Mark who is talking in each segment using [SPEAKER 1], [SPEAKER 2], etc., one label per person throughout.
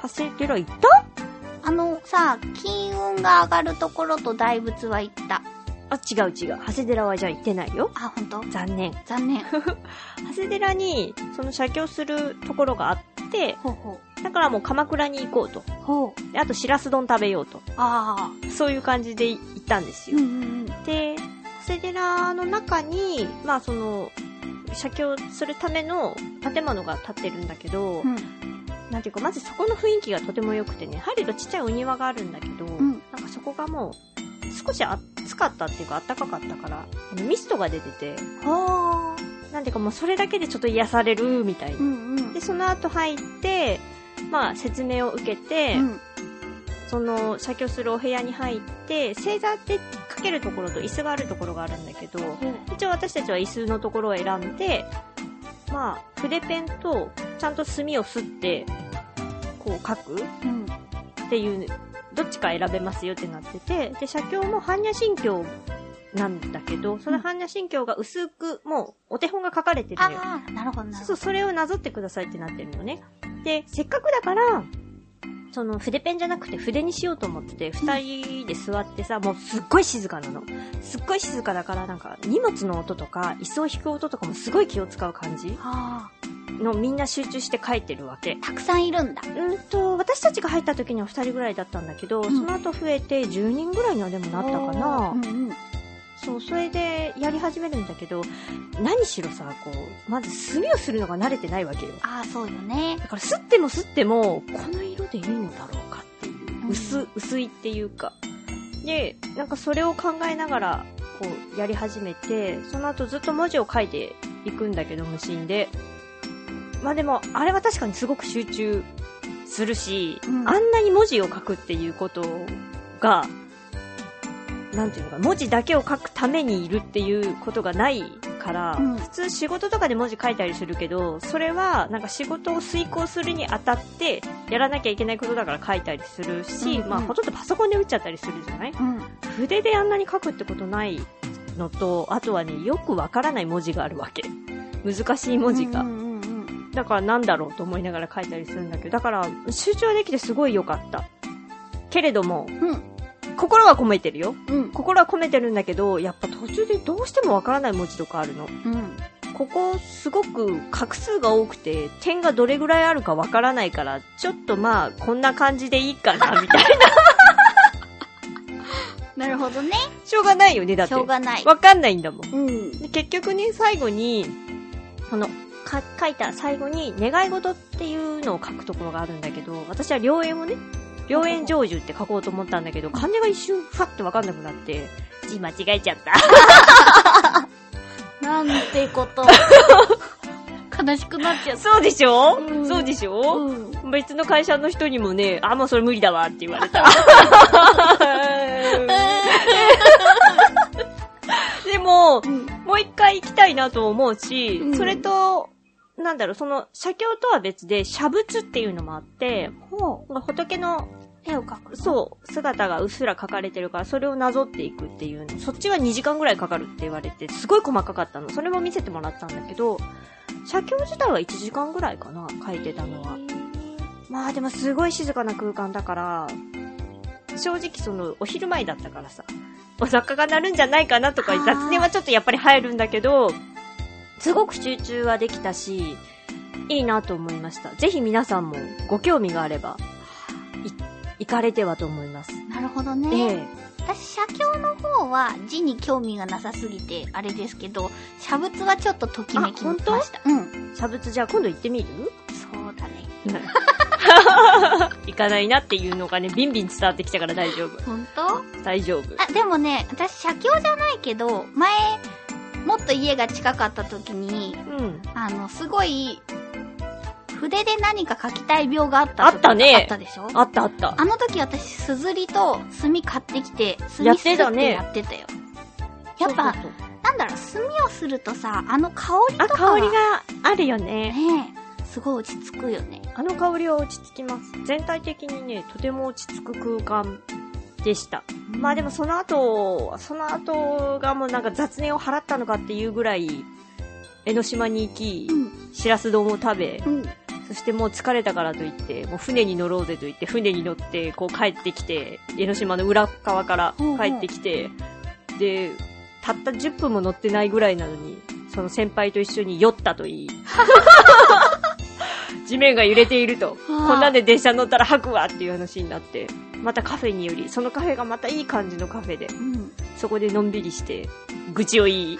[SPEAKER 1] 長谷寺行った
[SPEAKER 2] あのさ金運が上がるところと大仏は行った
[SPEAKER 1] あ、違う違う。長谷寺はじゃあ行ってないよ。
[SPEAKER 2] あ本当
[SPEAKER 1] 残念。
[SPEAKER 2] 残 念
[SPEAKER 1] 長谷寺に、その写経するところがあって、
[SPEAKER 2] ほうほ
[SPEAKER 1] だからもう鎌倉に行こうと
[SPEAKER 2] う。ほう
[SPEAKER 1] であと、しらす丼食べようと。
[SPEAKER 2] ああ
[SPEAKER 1] そういう感じで行ったんです
[SPEAKER 2] うん
[SPEAKER 1] よ。
[SPEAKER 2] うん
[SPEAKER 1] で、長谷寺の中に、まあその、写経するための建物が建ってるんだけど、
[SPEAKER 2] うん
[SPEAKER 1] なんていうか、まずそこの雰囲気がとても良くてね、入るとちっちゃいお庭があるんだけど、
[SPEAKER 2] ん
[SPEAKER 1] なんかそこがもう、少し暑かったっていうか、暖かかったから、あのミストが出てて、
[SPEAKER 2] ほ
[SPEAKER 1] なんていうかもうそれだけでちょっと癒されるみたいな
[SPEAKER 2] うう。んうん
[SPEAKER 1] で、その後入って、まあ説明を受けて、
[SPEAKER 2] うん
[SPEAKER 1] その写経するお部屋に入って、正座ってかけるところと椅子があるところがあるんだけど、一応私たちは椅子のところを選んで、まあ筆ペンとちゃんと墨をすって、こう書く
[SPEAKER 2] うん
[SPEAKER 1] っていう、どっちか選べますよってなってて、で、写経も般若心経なんだけど、その般若心経が薄く、もうお手本が書かれてるのよ。
[SPEAKER 2] ああなるほどなる
[SPEAKER 1] そうそ
[SPEAKER 2] ほ
[SPEAKER 1] う、それをなぞってくださいってなってるのね。で、せっかくだから、その筆ペンじゃなくて筆にしようと思って、二人で座ってさ、もうすっごい静かなの。すっごい静かだから、なんか荷物の音とか、椅子を引く音とかもすごい気を使う感じ
[SPEAKER 2] どあ
[SPEAKER 1] のみんな集中して書いてるわけ。
[SPEAKER 2] あたくさんいるんだ
[SPEAKER 1] うんと、私たちが入った時には2人ぐらいだったんだけど、
[SPEAKER 2] ん
[SPEAKER 1] その後増えて10人ぐらいにはでもなったかな。
[SPEAKER 2] うんうん
[SPEAKER 1] そう、それでやり始めるんだけど、何しろさ、こう、まず墨をするのが慣れてないわけよ。
[SPEAKER 2] ああそうよね
[SPEAKER 1] だから、すってもすっても、この色でいいのだろうかっていうう、
[SPEAKER 2] ん
[SPEAKER 1] 薄、薄いっていうか。で、なんかそれを考えながら、こう、やり始めて、その後ずっと文字を書いていくんだけど、無心で。まあでも、あれは確かにすごく集中するし、
[SPEAKER 2] うん
[SPEAKER 1] あんなに文字を書くっていうことが、なんていうのか、文字だけを書くためにいるっていうことがないから、
[SPEAKER 2] うん
[SPEAKER 1] 普通仕事とかで文字書いたりするけど、それはなんか仕事を遂行するにあたって、やらなきゃいけないことだから書いたりするし、
[SPEAKER 2] うんうん
[SPEAKER 1] まあほとんどパソコンで打っちゃったりするじゃない
[SPEAKER 2] うん
[SPEAKER 1] 筆であんなに書くってことないのと、あとはね、よくわからない文字があるわけ。難しい文字が。
[SPEAKER 2] うんうんうん
[SPEAKER 1] だからなんだろうと思いながら書いたりするんだけど、だから集中できてすごい良かった。けれども、
[SPEAKER 2] うん
[SPEAKER 1] 心は込めてるよ。
[SPEAKER 2] うん
[SPEAKER 1] 心は込めてるんだけど、やっぱ途中でどうしてもわからない文字とかあるの。
[SPEAKER 2] うん
[SPEAKER 1] ここすごく画数が多くて、点がどれぐらいあるかわからないから、ちょっとまあ、こんな感じでいいかな、みたい な。
[SPEAKER 2] なるほどね
[SPEAKER 1] しょうがないよね、だっ。
[SPEAKER 2] してょうがない
[SPEAKER 1] わかんないんだもん。
[SPEAKER 2] うん
[SPEAKER 1] で結局ね、最後に、あの、か、書いた最後に、願い事っていうのを書くところがあるんだけど、私は良縁をね、良縁成就って書こうと思ったんだけど、漢字が一瞬、ふわってわかんなくなって、字間違えちゃった。
[SPEAKER 2] なんてこと。 悲しくなっちゃった。
[SPEAKER 1] そうでしょ、
[SPEAKER 2] うん
[SPEAKER 1] そうでしょ、
[SPEAKER 2] うん。
[SPEAKER 1] 別の会社の人にもね、あ、もうそれ無理だわって言わ れた。でも、もう一回行きたいなと思うし、
[SPEAKER 2] うん
[SPEAKER 1] それと、なんだろう、その、写経とは別で、写仏っていうのもあって、
[SPEAKER 2] ほ
[SPEAKER 1] 仏の、
[SPEAKER 2] う。絵を描く。
[SPEAKER 1] そう、姿がうっすら描かれてるから、それをなぞっていくっていうの。そっちは2時間ぐらいかかるって言われて、すごい細かかったの。それも見せてもらったんだけど、写経自体は1時間ぐらいかな、書いてたのは。まあでもすごい静かな空間だから、正直そのお昼前だったからさ、お腹が鳴るんじゃないかなとか
[SPEAKER 2] あー
[SPEAKER 1] 雑念はちょっとやっぱり入るんだけど、すごく集中はできたし、いいなと思いました。ぜひ皆さんもご興味があれば、い行かれてはと思います。
[SPEAKER 2] なるほど
[SPEAKER 1] え
[SPEAKER 2] ね。
[SPEAKER 1] え。
[SPEAKER 2] 私、写経の方は字に興味がなさすぎて、あれですけど、写仏はちょっとときめきました。うん。
[SPEAKER 1] 写仏じゃあ今度行ってみる
[SPEAKER 2] そうだね。
[SPEAKER 1] 行かないなっていうのがね、ビンビン伝わってきたから大丈夫。
[SPEAKER 2] ほんと
[SPEAKER 1] 大丈夫。
[SPEAKER 2] あ、でもね、私、写経じゃないけど、前、もっと家が近かった時に、
[SPEAKER 1] うん。
[SPEAKER 2] あの、すごい、筆で何か書きたい病があった
[SPEAKER 1] あったね
[SPEAKER 2] あったでしょ
[SPEAKER 1] あったあった。
[SPEAKER 2] あの時私、すずりと墨買ってきて、
[SPEAKER 1] や
[SPEAKER 2] 墨
[SPEAKER 1] って
[SPEAKER 2] す
[SPEAKER 1] た
[SPEAKER 2] るっ
[SPEAKER 1] ね
[SPEAKER 2] てやってたよ。やっぱ
[SPEAKER 1] そう、そうそう
[SPEAKER 2] なんだろう、墨をするとさ、あの香りと
[SPEAKER 1] あ、
[SPEAKER 2] か
[SPEAKER 1] 香
[SPEAKER 2] は
[SPEAKER 1] りがあるよね。
[SPEAKER 2] ねえ、すごい落ち着くよね。
[SPEAKER 1] あの香りは落ち着きます。全体的にね、とても落ち着く空間でした。まあでもその後、その後がもうなんか雑念を払ったのかっていうぐらい、江ノ島に行き
[SPEAKER 2] う、ん、
[SPEAKER 1] しらす丼を食べ
[SPEAKER 2] う、ん、
[SPEAKER 1] そしてもう疲れたからといって、もう船に乗ろうぜと言って、船に乗って、こう帰ってきて、江ノ島の裏側から帰ってきて、で、たった10分も乗ってないぐらいなのに、その先輩と一緒に酔った といい、地面が揺れていると、
[SPEAKER 2] あ
[SPEAKER 1] こんなんで電車乗ったら吐くわっていう話になって、またカフェにより、そのカフェがまたいい感じのカフェで、
[SPEAKER 2] うん。
[SPEAKER 1] そこでのんびりして、愚痴を言い、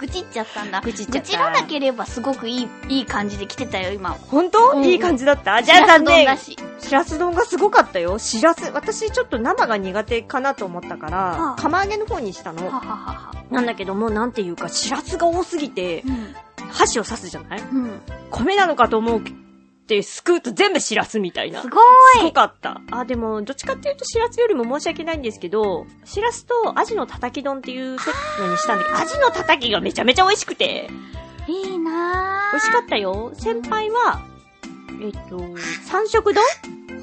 [SPEAKER 2] 愚痴っちゃったんだ。
[SPEAKER 1] 愚痴っちゃった
[SPEAKER 2] 愚痴らなければすごくいい、いい感じで来てたよ、今。
[SPEAKER 1] 本当、
[SPEAKER 2] うん
[SPEAKER 1] いい感じだったじゃあ残
[SPEAKER 2] どん
[SPEAKER 1] 念
[SPEAKER 2] だし。
[SPEAKER 1] しらす丼がすごかったよ。しらす、私ちょっと生が苦手かなと思ったから、
[SPEAKER 2] はあ
[SPEAKER 1] 釜揚げの方にした
[SPEAKER 2] はは
[SPEAKER 1] の。
[SPEAKER 2] はは。
[SPEAKER 1] なんだけどもうなんていうか、しらすが多すぎて
[SPEAKER 2] う、ん。
[SPEAKER 1] 箸を刺すじゃない
[SPEAKER 2] うん。
[SPEAKER 1] 米なのかと思うって、すくうと全部しらすみたいな。
[SPEAKER 2] す
[SPEAKER 1] す
[SPEAKER 2] ご
[SPEAKER 1] ご
[SPEAKER 2] い
[SPEAKER 1] かった。あ、でも、どっちかっていうと、しらすよりも申し訳ないんですけど、しらすとアジのたたき丼っていうセットにしたんだけど、アジのたたきがめちゃめちゃ美味しくて、
[SPEAKER 2] いいなぁ。
[SPEAKER 1] 美味しかったよ。先輩は、えっと、三色丼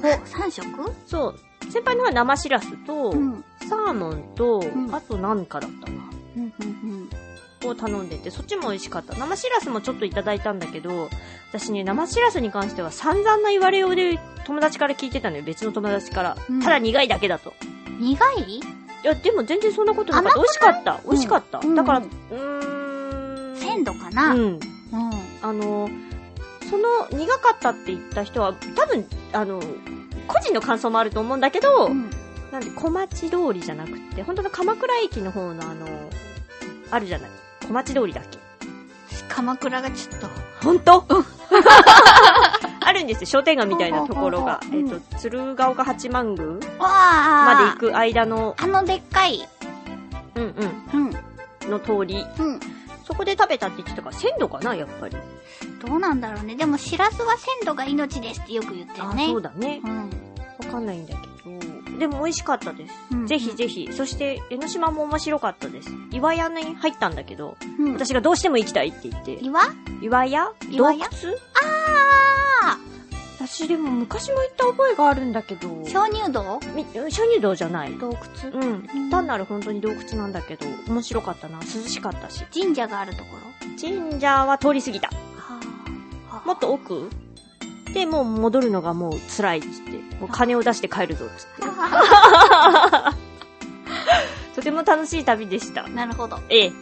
[SPEAKER 2] お、3色
[SPEAKER 1] そう。先輩の方は生しらすと、
[SPEAKER 2] うん。
[SPEAKER 1] サーモンと、
[SPEAKER 2] ん
[SPEAKER 1] あと何かだったな。
[SPEAKER 2] うん、うん、
[SPEAKER 1] を頼んでて、そっちも美味しかった。生しらすもちょっといただいたんだけど、私ね、生しらすに関しては散々な言われようで友達から聞いてたのよ。別の友達から。
[SPEAKER 2] うん
[SPEAKER 1] ただ苦いだけだと。
[SPEAKER 2] うん。苦い
[SPEAKER 1] いや、でも全然そんなことなかった。美味しかった。美味しかった。
[SPEAKER 2] うん
[SPEAKER 1] だから、う
[SPEAKER 2] う
[SPEAKER 1] ーん。
[SPEAKER 2] 鮮度かなうん。
[SPEAKER 1] うん。あの、その苦かったって言った人は、多分、あの、個人の感想もあると思うんだけど、
[SPEAKER 2] うん。
[SPEAKER 1] なんで、小町通りじゃなくって、本当の鎌倉駅の方のあの、あるじゃない。小町通りだっけ
[SPEAKER 2] 鎌倉がちょっと。
[SPEAKER 1] 本当 あるんですよ、商店街みたいなところが。
[SPEAKER 2] ほう
[SPEAKER 1] え
[SPEAKER 2] ほう
[SPEAKER 1] っ、
[SPEAKER 2] ほう
[SPEAKER 1] と、鶴岡八幡宮
[SPEAKER 2] わ
[SPEAKER 1] ま
[SPEAKER 2] ー
[SPEAKER 1] で行。く間の、
[SPEAKER 2] あのでっかい。
[SPEAKER 1] うんう
[SPEAKER 2] うん。
[SPEAKER 1] ん、の通り。
[SPEAKER 2] うん。
[SPEAKER 1] そこで食べたって言ってたから、鮮度かな、やっぱり。
[SPEAKER 2] どうなんだろうね。でも、しらすは鮮度が命ですってよく言ってる
[SPEAKER 1] あ、
[SPEAKER 2] ね。
[SPEAKER 1] そうだね。
[SPEAKER 2] うん。
[SPEAKER 1] わかんないんだけど。でも美味しかったです。
[SPEAKER 2] うん
[SPEAKER 1] ぜひぜひ。そして、江ノ島も面白かったです。岩屋に入ったんだけど、
[SPEAKER 2] うん
[SPEAKER 1] 私がどうしても行きたいって言って。
[SPEAKER 2] 岩
[SPEAKER 1] 岩屋
[SPEAKER 2] 岩
[SPEAKER 1] 洞
[SPEAKER 2] 屋
[SPEAKER 1] 窟
[SPEAKER 2] あ
[SPEAKER 1] 私でも昔も行った覚えがあるんだけど、
[SPEAKER 2] ー鍾乳洞
[SPEAKER 1] み鍾乳洞じゃない。
[SPEAKER 2] 洞窟
[SPEAKER 1] うん
[SPEAKER 2] うん。
[SPEAKER 1] 単なる本当に洞窟なんだけど、面白かったな。涼しかったし。
[SPEAKER 2] 神社があるところ
[SPEAKER 1] 神社は通り過ぎた。
[SPEAKER 2] はあ
[SPEAKER 1] もっと奥で、もう戻るのがもう辛いっつって。もう金を出して帰るぞっつって。とても楽しい旅でした。
[SPEAKER 2] なるほど。
[SPEAKER 1] ええ。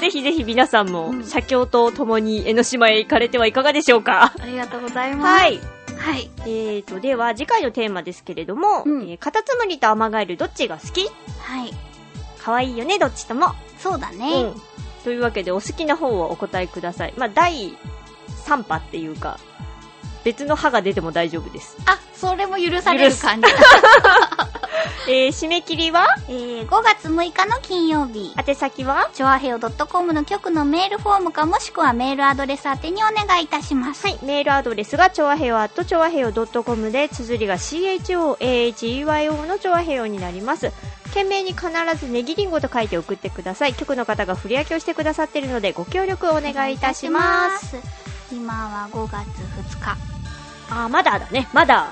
[SPEAKER 1] ぜひぜひ皆さんも
[SPEAKER 2] う、ん
[SPEAKER 1] 写経と共に江ノ島へ行かれてはいかがでしょうか
[SPEAKER 2] ありがとうございます。
[SPEAKER 1] は。い。
[SPEAKER 2] はい。
[SPEAKER 1] えーと、では次回のテーマですけれども、
[SPEAKER 2] うん
[SPEAKER 1] えーカタツムリとアマガエルどっちが好き
[SPEAKER 2] はい。
[SPEAKER 1] 可愛いよね、どっちとも。
[SPEAKER 2] そうだ
[SPEAKER 1] う
[SPEAKER 2] ね
[SPEAKER 1] ん。。というわけで、お好きな方をお答えください。まあ、第3波っていうか、別の歯が出ても大丈夫です。
[SPEAKER 2] あ、それも許される
[SPEAKER 1] 許す
[SPEAKER 2] 感じ。
[SPEAKER 1] えー、締め切りは
[SPEAKER 2] えー、5月6日の金曜日。
[SPEAKER 1] 宛先は
[SPEAKER 2] チョアヘオ .com の局のメールフォームかもしくはメールアドレス宛てにお願いいたします。
[SPEAKER 1] はい、メールアドレスが、ちょわへよ at ちょわへよ .com で、綴りが CHOAHEYO のちょわへよになります。件名に必ずネギリンゴと書いて送ってください。局の方が振り分けをしてくださっているので、ご協力をお願いいたします。
[SPEAKER 2] す。今は5月2日。
[SPEAKER 1] あー、まだだね、まだ。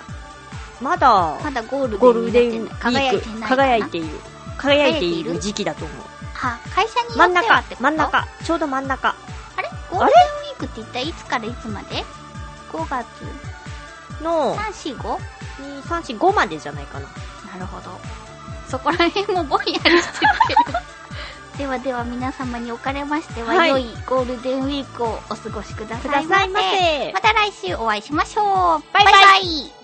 [SPEAKER 1] まだ、
[SPEAKER 2] まだゴールデン
[SPEAKER 1] ゴールデンウ
[SPEAKER 2] に
[SPEAKER 1] ィ
[SPEAKER 2] なってない輝
[SPEAKER 1] ー
[SPEAKER 2] いてない
[SPEAKER 1] ク、
[SPEAKER 2] かな
[SPEAKER 1] 輝いている。輝いてい
[SPEAKER 2] 輝いている
[SPEAKER 1] る時期だと思う。
[SPEAKER 2] は、会社によ
[SPEAKER 1] 真
[SPEAKER 2] っ
[SPEAKER 1] ん
[SPEAKER 2] てはっ
[SPEAKER 1] 中
[SPEAKER 2] てこ、と
[SPEAKER 1] 真ん。中、ちょうど真ん中。
[SPEAKER 2] あれゴールデンウィークって言ったらいつからいつまで ?5 月
[SPEAKER 1] の、
[SPEAKER 2] 3、4、5?
[SPEAKER 1] 2、3、4、5までじゃないかな。
[SPEAKER 2] なるほど。そこら辺もぼんやりしてるけど。 ではでは皆様におかれましては、
[SPEAKER 1] はい
[SPEAKER 2] 良いゴールデンウィークをお過ごしくださいませ。
[SPEAKER 1] くださいませ
[SPEAKER 2] また来週お会いしましょう。バイバイ。
[SPEAKER 1] バイバ
[SPEAKER 2] イ